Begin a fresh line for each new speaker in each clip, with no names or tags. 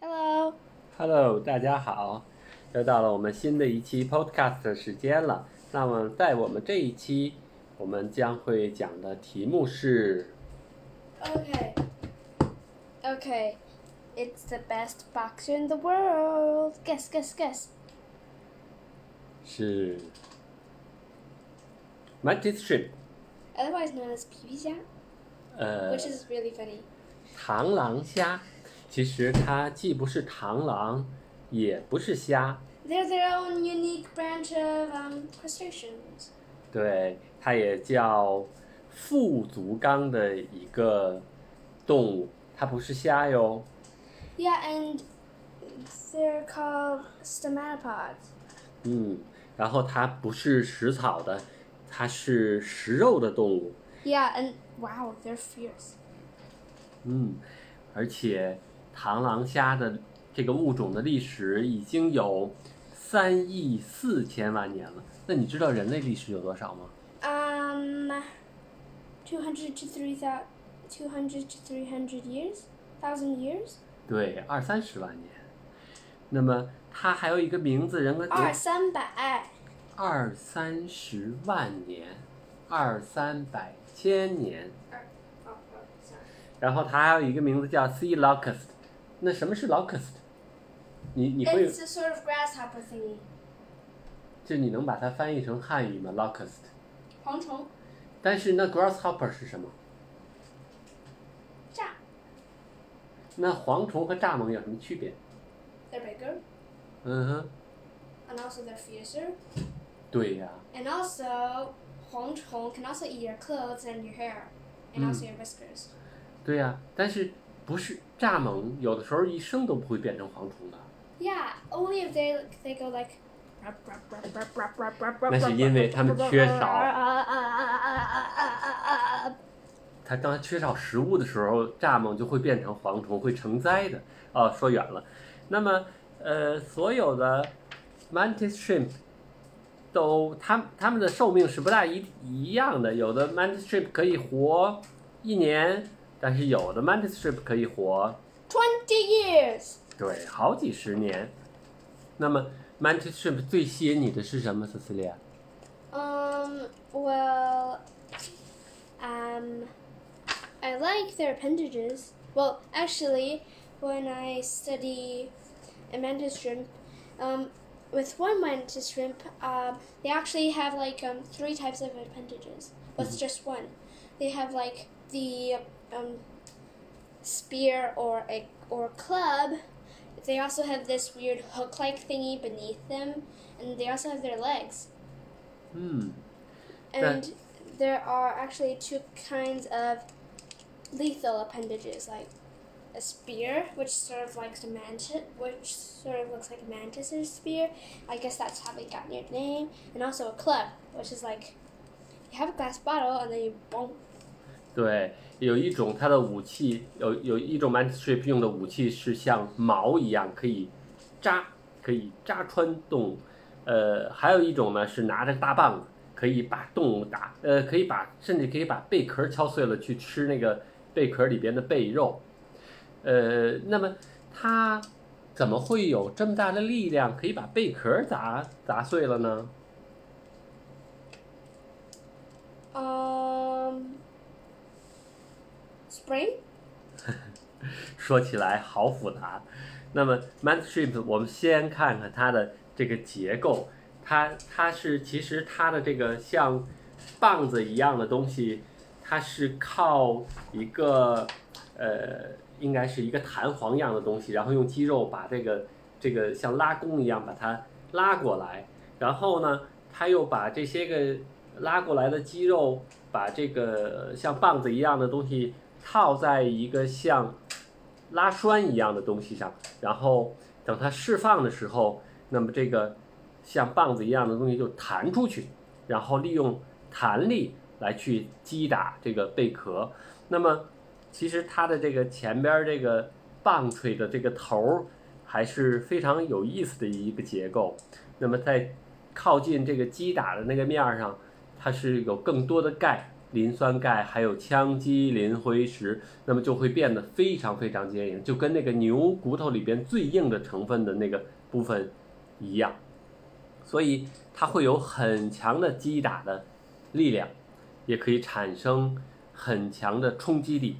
Hello，
Hello，大家好，又到了我们新的一期 Podcast 的时间了。那么在我们这一期，我们将会讲的题目是
Okay. Okay. It's the best boxer in the world. Guess, guess, guess.
是 Magic Strip，
Otherwise known as Pee Pee 虾
呃，
which is really funny.
螳螂虾。其实它既不是螳螂，也不是虾，
They're their own unique branch of um, crustaceans.
对，它也叫腹足纲的一个动物，它不是虾哟。
Yeah, and they're called stomatopods.
嗯，然后它不是食草的，它是食肉的动物。
Yeah, and wow, they're fierce.
嗯，而且螳螂虾的这个物种的历史已经有三亿四千万年了。那你知道人类历史有多少吗？
Um, 200 to 3,000, 200 to 300 years? Thousand years?
对，二三十万年。那么它还有一个名字，人们哎
二三百。
二三十万年，二三百千年。
Oh, oh, sorry.
然后它还有一个名字叫 sea locust。那什么是 locust？你你会
It's a sort of grasshopper thingy.
就你能把它翻译成汉语吗？locust。
蝗虫
但是那 grasshopper 是什么？
蚱，
那蝗虫和蚱蜢有什么区别？
they're bigger
嗯哼，
and also they're fiercer.
对呀、
And also, 蝗虫 can also eat your clothes and your hair and also your whiskers.
对呀、但是不是蚱蜢有的时候一生都不会变成蝗虫的，
Yeah, only if they they go like. 那
那是因为它们缺少。
少。
它当它缺少食物的时候，蚱蜢就会变成蝗虫，会成灾的。哦，说远了。那么，呃，所有的 mantis shrimp 都，它它们的寿命是不大一一样的。有的 mantis shrimp 可以活一年，但是有的 mantis shrimp 可以活
Twenty years.
对好几十年。那么 mantis shrimp 最吸引你的是什么，Cecilia？
Um. Well. Um. I like their appendages. Well, actually, when I study a mantis shrimp, um, with one mantis shrimp, um, they actually have like um three types of appendages. But it's just one. They have like the um spear or a or club. They also have this weird hook-like thingy beneath them, and they also have their legs.
嗯，
And there are actually two kinds of lethal appendages, like a spear, which sort of like a mantis, which sort of looks like a mantis's spear. I guess that's how they got their name. And also a club, which is like you have a glass bottle and then you bonk.
对，有一种它的武器，有有一种 mantis shrimp 用的武器是像矛一样，可以扎，可以扎穿动物。呃，还有一种呢是拿着大棒子，可以把动物打，呃，可以把甚至可以把贝壳敲碎了去吃那个贝壳里边的贝肉。呃，那么它怎么会有这么大的力量，可以把贝壳砸砸碎了呢？
Um, spring?
说起来好复杂。那么 Mant Shrimp，我们先看看它的这个结构，它它是其实它的这个像棒子一样的东西，它是靠一个呃，应该是一个弹簧一样的东西，然后用肌肉把这个这个像拉弓一样把它拉过来，然后呢，它又把这些个拉过来的肌肉，把这个呃像棒子一样的东西套在一个像拉栓一样的东西上，然后等它释放的时候，那么这个像棒子一样的东西就弹出去，然后利用弹力来去击打这个贝壳。那么其实它的这个前边儿这个棒槌的这个头儿还是非常有意思的一个结构。那么在靠近这个击打的那个面儿上，它是有更多的钙，磷酸钙，还有羟基磷灰石，那么就会变得非常非常坚硬，就跟那个牛骨头里边最硬的成分的那个部分一样，所以它会有很强的击打的力量，也可以产生很强的冲击力。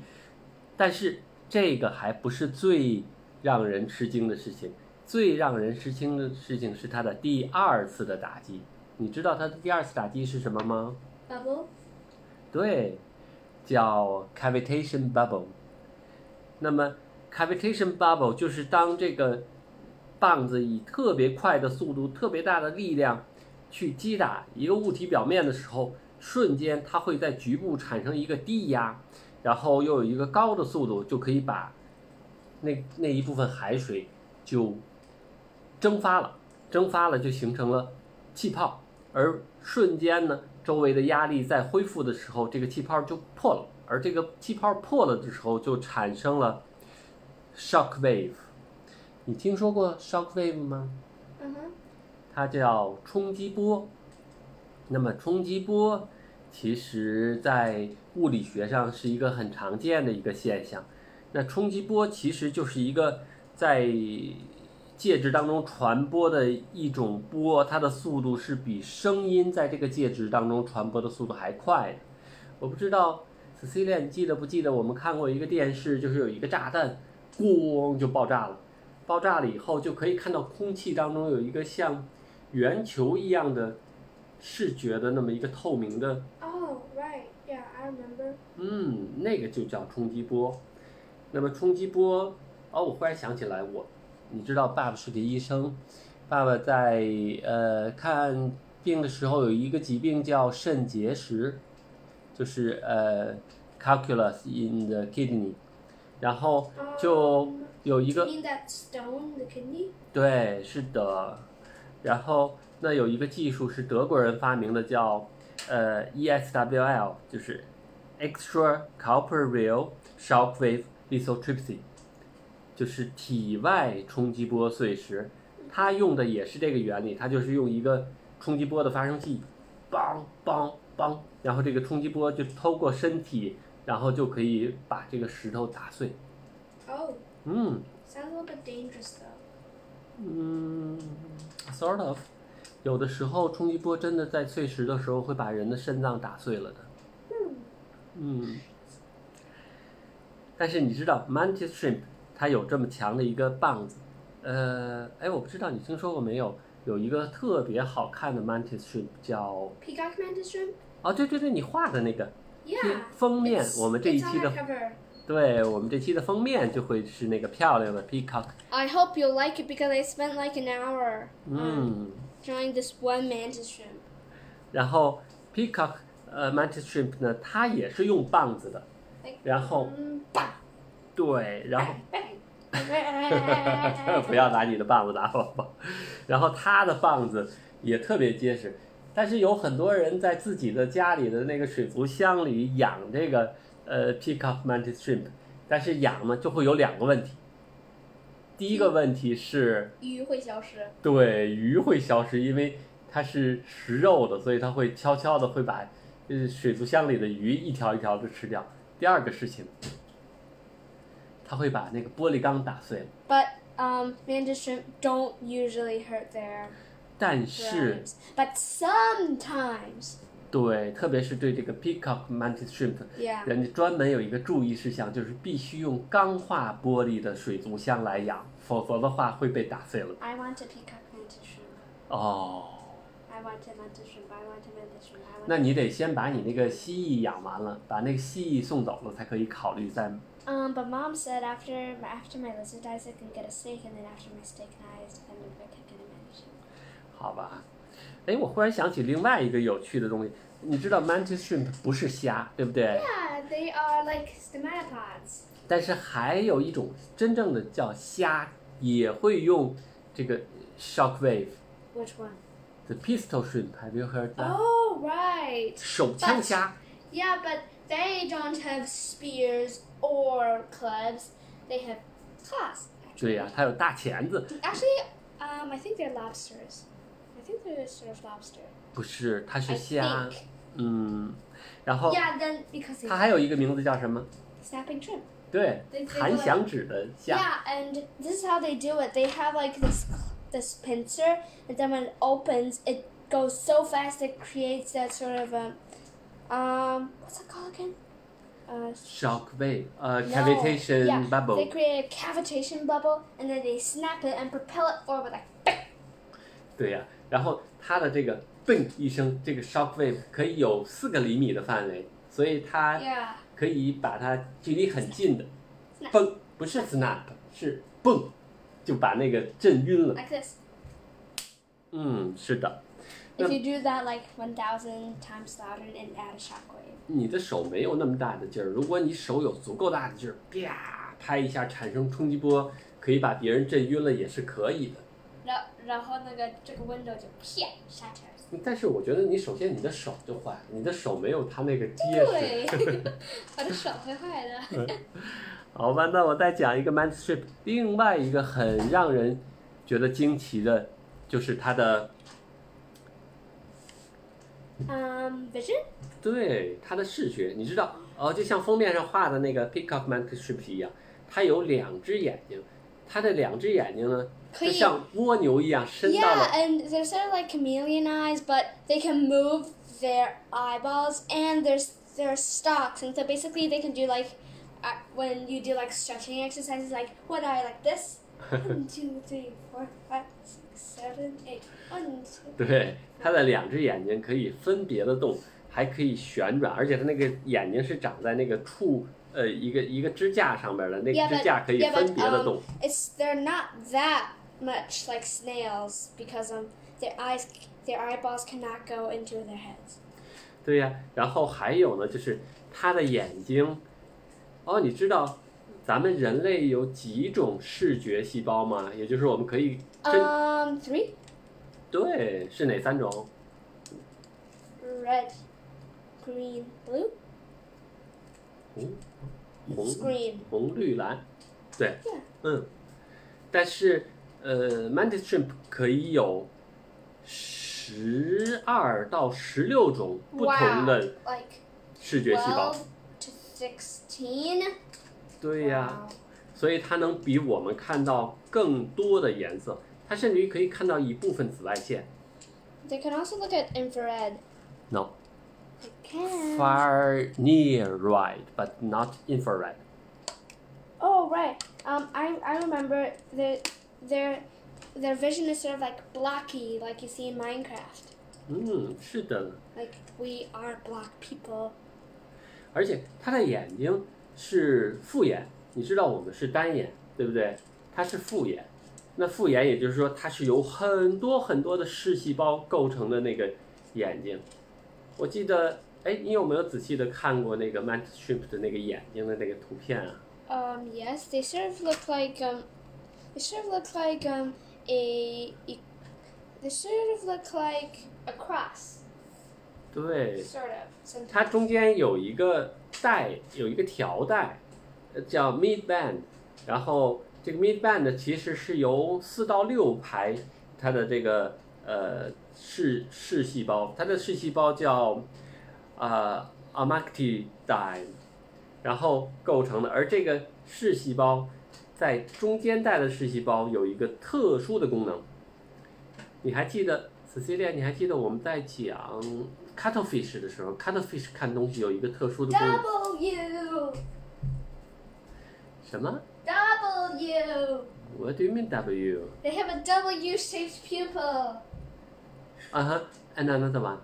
但是这个还不是最让人吃惊的事情，最让人吃惊的事情是它的第二次的打击。你知道它的第二次打击是什么吗？
bubble
对，叫 cavitation bubble。那么 cavitation bubble 就是当这个棒子以特别快的速度、特别大的力量去击打一个物体表面的时候，瞬间它会在局部产生一个低压，然后又有一个高的速度，就可以把那那一部分海水就蒸发了，蒸发了就形成了气泡，而瞬间呢，周围的压力在恢复的时候，这个气泡就破了，而这个气泡破了的时候，就产生了 shock wave。你听说过 shock wave 吗？
嗯哼，
它叫冲击波。那么冲击波其实在物理学上是一个很常见的一个现象。那冲击波其实就是一个在介质当中传播的一种波，它的速度是比声音在这个介质当中传播的速度还快的。我不知道 Cecilia，你记得不记得我们看过一个电视，就是有一个炸弹，咣就爆炸了。爆炸了以后，就可以看到空气当中有一个像圆球一样的视觉的那么一个透明的，
oh right yeah I remember
嗯，那个就叫冲击波。那么冲击波，哦，我忽然想起来，我，你知道爸爸是个医生，爸爸在呃看病的时候有一个疾病叫肾结石，就是呃 calculus in the kidney，然后就
Um,
有一
you
个
mean that stone the kidney
对，是的。然后那有一个技术是德国人发明的，叫呃 ESWL，就是 Extra Corporeal Shockwave Lithotripsy，就是体外冲击波碎石。它用的也是这个原理，它就是用一个冲击波的发生器，梆梆梆，然后这个冲击波就透过身体，然后就可以把这个石头打碎。
oh
嗯。
sounds a little bit dangerous though
嗯，sort of，有的时候冲击波真的在碎石的时候会把人的肾脏打碎了的。嗯，但是你知道 mantis shrimp 它有这么强的一个棒子，呃，哎，我不知道你听说过没有，有一个特别好看的 mantis shrimp 叫
peacock mantis shrimp
哦，对对对，你画的那个
Oh, yeah
封面，
it's-
我们这一
it's on
期
our
的
cover.
对我们这期的封面就会是那个漂亮的 peacock。
I hope you like it because I spent like an hour um, Mm.
嗯
drawing this one mantis shrimp
然后 peacock 呃 mantis shrimp 呢，它也是用棒子的，
like
然后
um,
对，然后
bang 哎
不要拿你的棒子打我吧， 然后它的棒子也特别结实，但是有很多人在自己的家里的那个水族箱里养这个呃 peacock mantis shrimp，但是养呢就会有两个问题，第一个问题是。
鱼会消失
对，鱼会消失，因为它是食肉的，所以它会悄悄的会把呃水族箱里的鱼一条一条的吃掉。第二个事情，它会把那个玻璃缸打碎了。
But um, mantis shrimp don't usually hurt their
但是，
lives. But sometimes,
对，特别是对这个 peacock mantis shrimp，
yeah.
人家专门有一个注意事项，就是必须用钢化玻璃的水族箱来养，否则的话会被打碎了。
I want a peacock mantis shrimp.
哦，
I want a mantis shrimp. I want a mantis shrimp. I want.
那你得先把你那个蜥蜴养完了，把那个蜥蜴送走了，才可以考虑再
Um, but mom said after after my lizard dies, I can get a snake, and then after my snake dies, then I can get a mantis shrimp.
好吧？哎，我忽然想起另外一个有趣的东西，你知道 mantis shrimp 不是虾，对不对？
Yeah, they are like stomatopods.
但是还有一种真正的叫虾，也会用这个 shock wave，the
Which one?
pistol shrimp，have you heard that？、
Oh right.
手枪虾，
Yeah, but they don't have spears or clubs. They have claws.
对呀、它有大钳子，
Actually, um, I think they're lobsters. I think they're a sort of lobster.
不是，它
I
是虾
think.
嗯，然后
Yeah, then because
它
it's
还有一个名字叫什么？
snapping shrimp.
对，
they say
弹
like-
响指的下。
Yeah, and this is how they do it. They have like this this pincer, and then when it opens, it goes so fast it creates that sort of um, um what's it called again? Uh,
Shock wave，呃、
No,
c a v i t a t i o
yeah,
n bubble，
they create a cavitation bubble, and then they snap it and propel it forward like.
对呀、然后它的这个嘣一声，这个 shock wave 可以有四个厘米的范围，所以它
Yeah.
可以把它距离很近的
Snap
嘣，不是 snap，是嘣，就把那个震晕了。
like this.
嗯，是的，
If
Yeah.
you do that like 1,000 times louder and add a shockwave.
你的手没有那么大的劲儿，如果你手有足够大的劲儿，啪拍一下产生冲击波，可以把别人震晕了，也是可以的。
然然后那个这个 window 就啪 shatters。
但是我觉得你首先你的手就坏了，你的手没有他那个结实。，
我的手会坏的。
好吧，那我再讲一个 Man Strip，另外一个很让人觉得惊奇的，就是它的
Um, vision?
对它的视觉，你知道哦，就像封面上画的那个 Peacock Man Strip 一样，它有两只眼睛，它的两只眼睛呢，
可以
就像蜗牛一样伸到
Yeah,
了，
and they're sort of like chameleon eyes, but they can move their eyeballs and their, their stalks. And so basically, they can do like uh, when you do like stretching exercises, like one eye like this. One, two, three, four, five, six, seven, eight. One, two.
对，它的两只眼睛可以分别的动，还可以旋转，而且它那个眼睛是长在那个触呃一个一个支架上面的，那个
Yeah,
支
but-
架可以
yeah,
分
but
别的
um,
动。
it's they're not that much like snails because um their eyes their eyeballs cannot go into their heads.
对呀、然后还有呢，就是它的眼睛。哦，你知道咱们人类有几种视觉细胞吗？也就是我们可以真、
Um, three
对是哪三种？
red, green, blue,
红红
It's green.
红绿蓝，对
Yeah.
嗯。但是呃，mantis shrimp 可以有十二到十六种不同
Wow,
的
like
视觉细胞。
twelve to sixteen.
对呀、
Wow.
所以它能比我们看到更多的颜色，它甚至于可以看到一部分紫外线。
They can also look at infrared.
No,
They can.
far near right, but not infrared.
Oh right. Um, I I remember their their their vision is sort of like blocky, like you see in Minecraft.
嗯，是的，
Like we are black people.
而且它的眼睛是复眼，你知道我们是单眼，对不对？它是复眼，那复眼也就是说它是由很多很多的视细胞构成的那个眼睛。我记得，哎，你有没有仔细的看过那个 mantis shrimp 的那个眼睛的那个图片啊？
Um, yes, they sort of look like um, they sort of look like um a, a they sort of look like a cross,
对，
sort of. Sometimes.
它中间有一个带，有一个条带，呃叫 mid band，然后这个 mid band 其实是由四到六排它的这个呃视视细胞，它的视细胞叫呃 amactidine，然后构成的，而这个视细胞在中间带的视细胞有一个特殊的功能，你还记得 Cecilia？你还记得我们在讲 cuttlefish 的时候，cuttlefish 看东西有一个特殊的功能，
W
什么
W。
？What do you mean W？
They have a W-shaped pupil.
啊哈，and another one，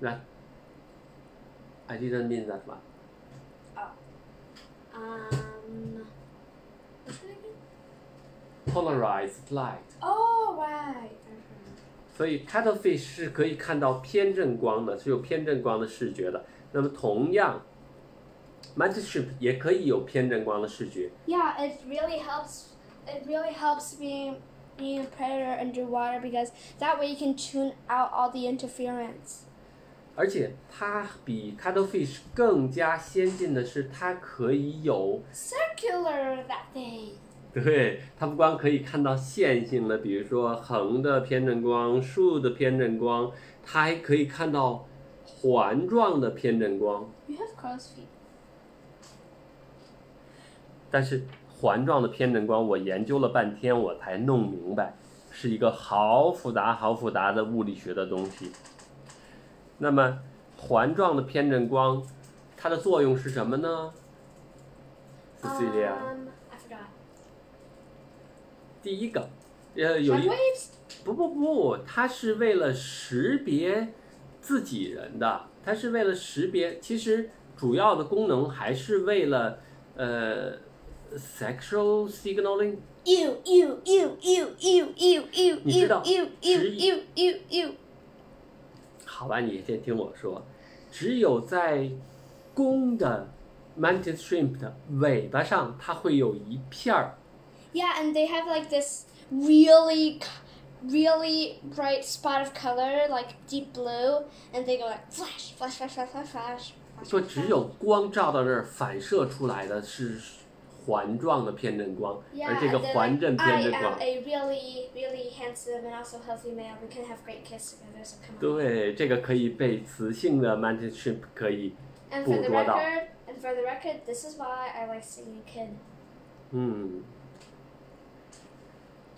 right？I didn't mean that one.
Um,
Polarized light，
Oh right.
所以 cuttlefish 是可以看到偏振光的，是有偏振光的视觉的。那么同样，mantis shrimp 也可以有偏振光的视觉。
yeah, it really helps. It really helps being being a predator underwater because that way you can tune out all the interference.
而且它比 cuttlefish 更加先进的是，它可以有
Circular that thing.
对，它不光可以看到线性的，比如说横的偏振光、竖的偏振光，它还可以看到环状的偏振光，
You have crow's feet.
但是环状的偏振光我研究了半天，我才弄明白，是一个好复杂、好复杂的物理学的东西。那么环状的偏振光，它的作用是什么呢？Cecilia，、
Um,
I forgot.
第一个，呃，有一
Shockwaves?
不不不，它是为了识别自己人的，它是为了识别。其实主要的功能还是为了呃，sexual signaling。
ew, ew, ew, ew, ew, ew, ew, ew,
你知道，
ew, ew,
直译。
ew, ew, ew.
好吧，你先听我说，只有在公的 mantis shrimp 的尾巴上，它会有一片儿
Yeah, and they have like this really, c- really bright spot of color, like deep blue, and they go like flash, flash, flash, flash, flash, flash. flash,
说
flash,
只
flash.
有光照到这儿反射出来的是环状的偏振光，
Yeah,
而这个
and they're
环振
like, I
偏振光
am。a really, really handsome and also healthy male. We can have great kiss together. So come on.
对，这个可以被雌性的 mantis shrimp 可以，
And for the
捕捉到。
record, and for the record, this is why I like seeing a kid.
嗯，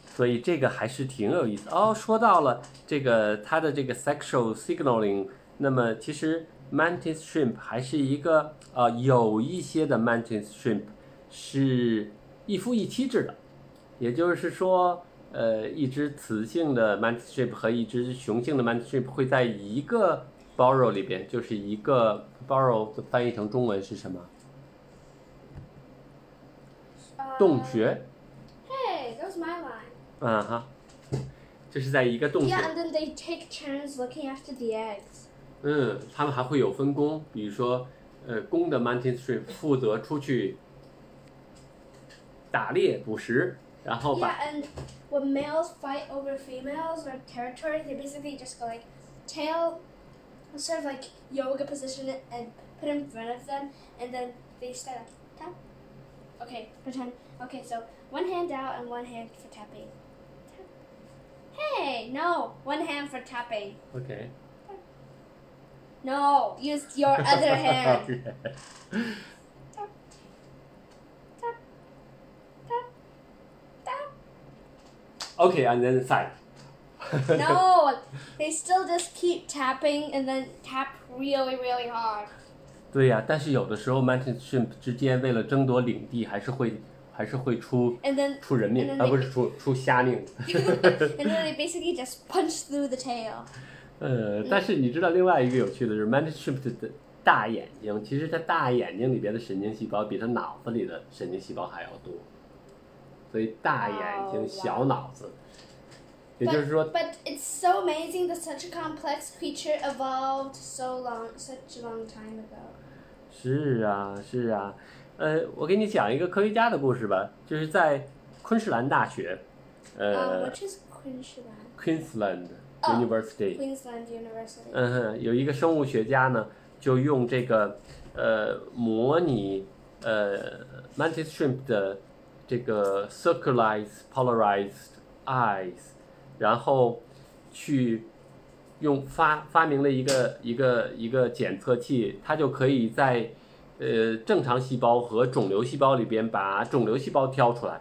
所以这个还是挺有意思。哦，说到了这个它的这个 sexual signaling，那么其实 mantis shrimp 还是一个呃有一些的 mantis shrimp 是一夫一妻制的，也就是说。呃，一只雌性的 mantis shrimp 和一只雄性的 mantis shrimp 会在一个 burrow 里边，就是一个 burrow 翻译成中文是什么？
Uh,
洞穴。
Um, Hey, that was my line.
嗯哈，就是在一个洞穴，
Yeah, and then they take turns looking after the eggs.
嗯，他们还会有分工，比如说，呃，公的 mantis shrimp 负责出去打猎捕食，然后把
Yeah, and when males fight over females or territory, they basically just go like tail, sort of like yoga position, it and put in front of them, and then they start like, tap. Okay, pretend. Okay, so one hand out and one hand for tapping. Tap. Hey, no, one hand for tapping.
OK，
No, use your other hand.
OK，and then side，
No, they still just keep tapping and then tap really, really hard.
对呀、但是有的时候 mantis shrimp 之间为了争夺领地，还是会还是会出
And then
出人命，
嗯
而、不是出出瞎 命。
and then they basically just punch through the tail.
呃，但是你知道另外一个有趣的是，mantis shrimp 的大眼睛，其实它大眼睛里边的神经细胞比它脑子里的神经细胞还要多，所以大眼睛、
哦
小脑子，也就是
But,
说，
but it's so amazing that such a complex creature evolved so long, such a long time ago.
是啊，是啊，呃，我给你讲一个科学家的故事吧，就是在昆士兰大学，
Um,
呃
which is Queensland,
，Queensland
哦
University，
Queensland University.
嗯哼，有一个生物学家呢，就用这个呃模拟呃 mantis shrimp 的这个 circularized polarized eyes，然后去用发发明了一个一个一个检测器，它就可以在呃正常细胞和肿瘤细胞里边把肿瘤细胞挑出来，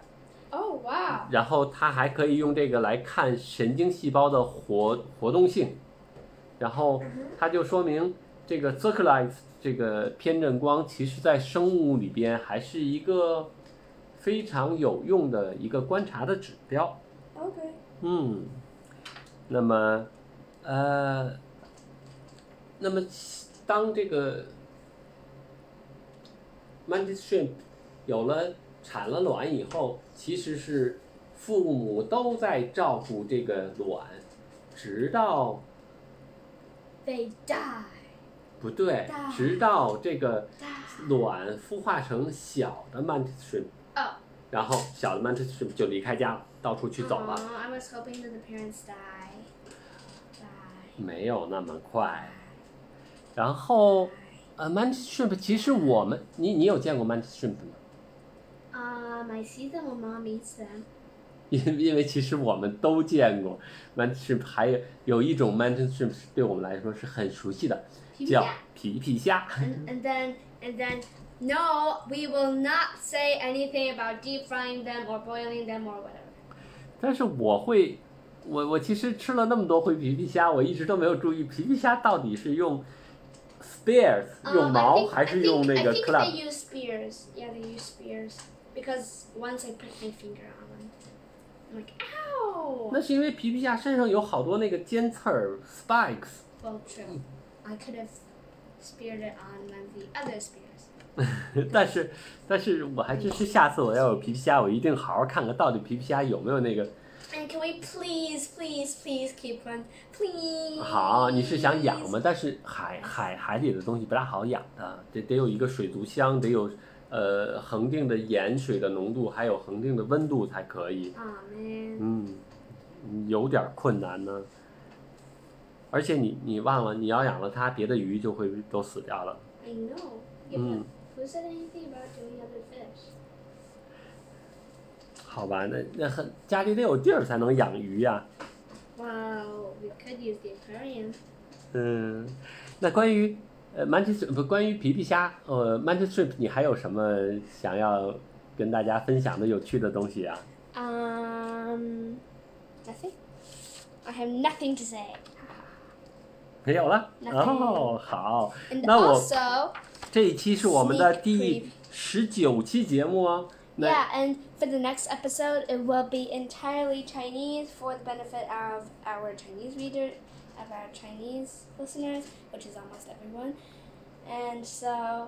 Oh
啊
wow.
然后它还可以用这个来看神经细胞的活活动性，然后它就说明这个 circularized 这个偏振光，其实在生物里边还是一个非常有用的一个观察的指标。
Okay.
嗯，那么，呃，那么当这个 mantis shrimp 有了产了卵以后，其实是父母都在照顾这个卵，直到
They die.
不对
大，
直到这个
Die.
卵孵化成小的 mantis shrimp，
哦
然后小的 mantis shrimp 就离开家了，到处去走了。
Aw, I was hoping that the parents die. Die.
没有那么快。然后，呃，mantis shrimp，其实我们，你你有见过 mantis shrimp 吗？
Um, I see them when mom eats them.
因因为其实我们都见过 mantis shrimp，还有有一种 mantis shrimp 是对我们来说是很熟悉的，
皮皮
叫
虾，
皮皮虾。
and, and then and then no we will not say anything about deep frying them or boiling them or whatever
但是我会，我我其实吃了那么多回皮皮虾，我一直都没有注意皮皮虾到底是用 spears 用
啊 Um, I
矛
think,
还
I
是
think,
用那
I
个
think
club。
they use spears yeah they use spears because once I put my finger on them I'm like ow
那是因为皮皮虾身上有好多那个尖刺儿 spikes。
well
Mm.
true I could have speared it on one of the other spears
但是，但是我还真是下次我要有皮皮虾，我一定好好看看到底皮皮虾有没有那个。
and can we please please please keep one please
好，你是想养吗？但是海海海里的东西不大好养的，得得有一个水族箱，得有呃恒定的盐水的浓度，还有恒定的温度才可以。
oh man
嗯，有点困难呢。而且你你忘了，你要养了它，别的鱼就会都死掉了。
I know yeah,
嗯
but，who said anything about doing other fish
好吧，那那很家里得有地儿才能养鱼呀、
Wow, we could use the aquarium.
嗯，那关于呃 Mantis 不关于皮皮虾，呃 Mantis shrimp，你还有什么想要跟大家分享的有趣的东西啊？
Um, nothing. I have nothing to say.
没有了。
Nothing
哦，好，
And
No.
also,
这一期是我们的
Sneak
第十九期节目哦。那
yeah, and for the next episode, it will be entirely Chinese for the benefit of our Chinese reader, of our Chinese listeners, which is almost everyone. And so,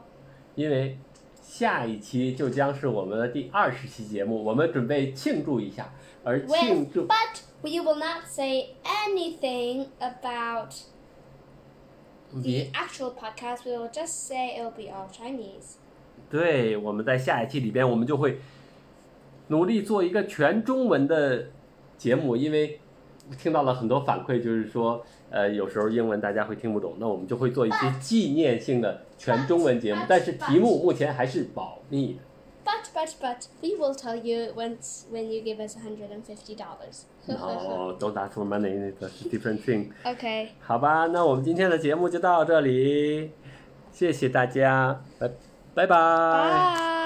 因为下一期就将是我们的第二十期节目，我们准备庆祝一下，而
with,
庆祝
but we will not say anything about
别
the actual podcast. We will just say it will be all Chinese.
对，我们在下一期里边，我们就会努力做一个全中文的节目，因为听到了很多反馈，就是说，呃，有时候英文大家会听不懂，那我们就会做一些纪念性的全中文节目
But- but-，
但是题目目前还是保密的。
But but but we will tell you once when you give us hundred and fifty dollars.
哦、d o n t ask for money, that's a different thing。
okay.
好吧，那我们今天的节目就到这里，谢谢大家，拜拜拜。
Bye.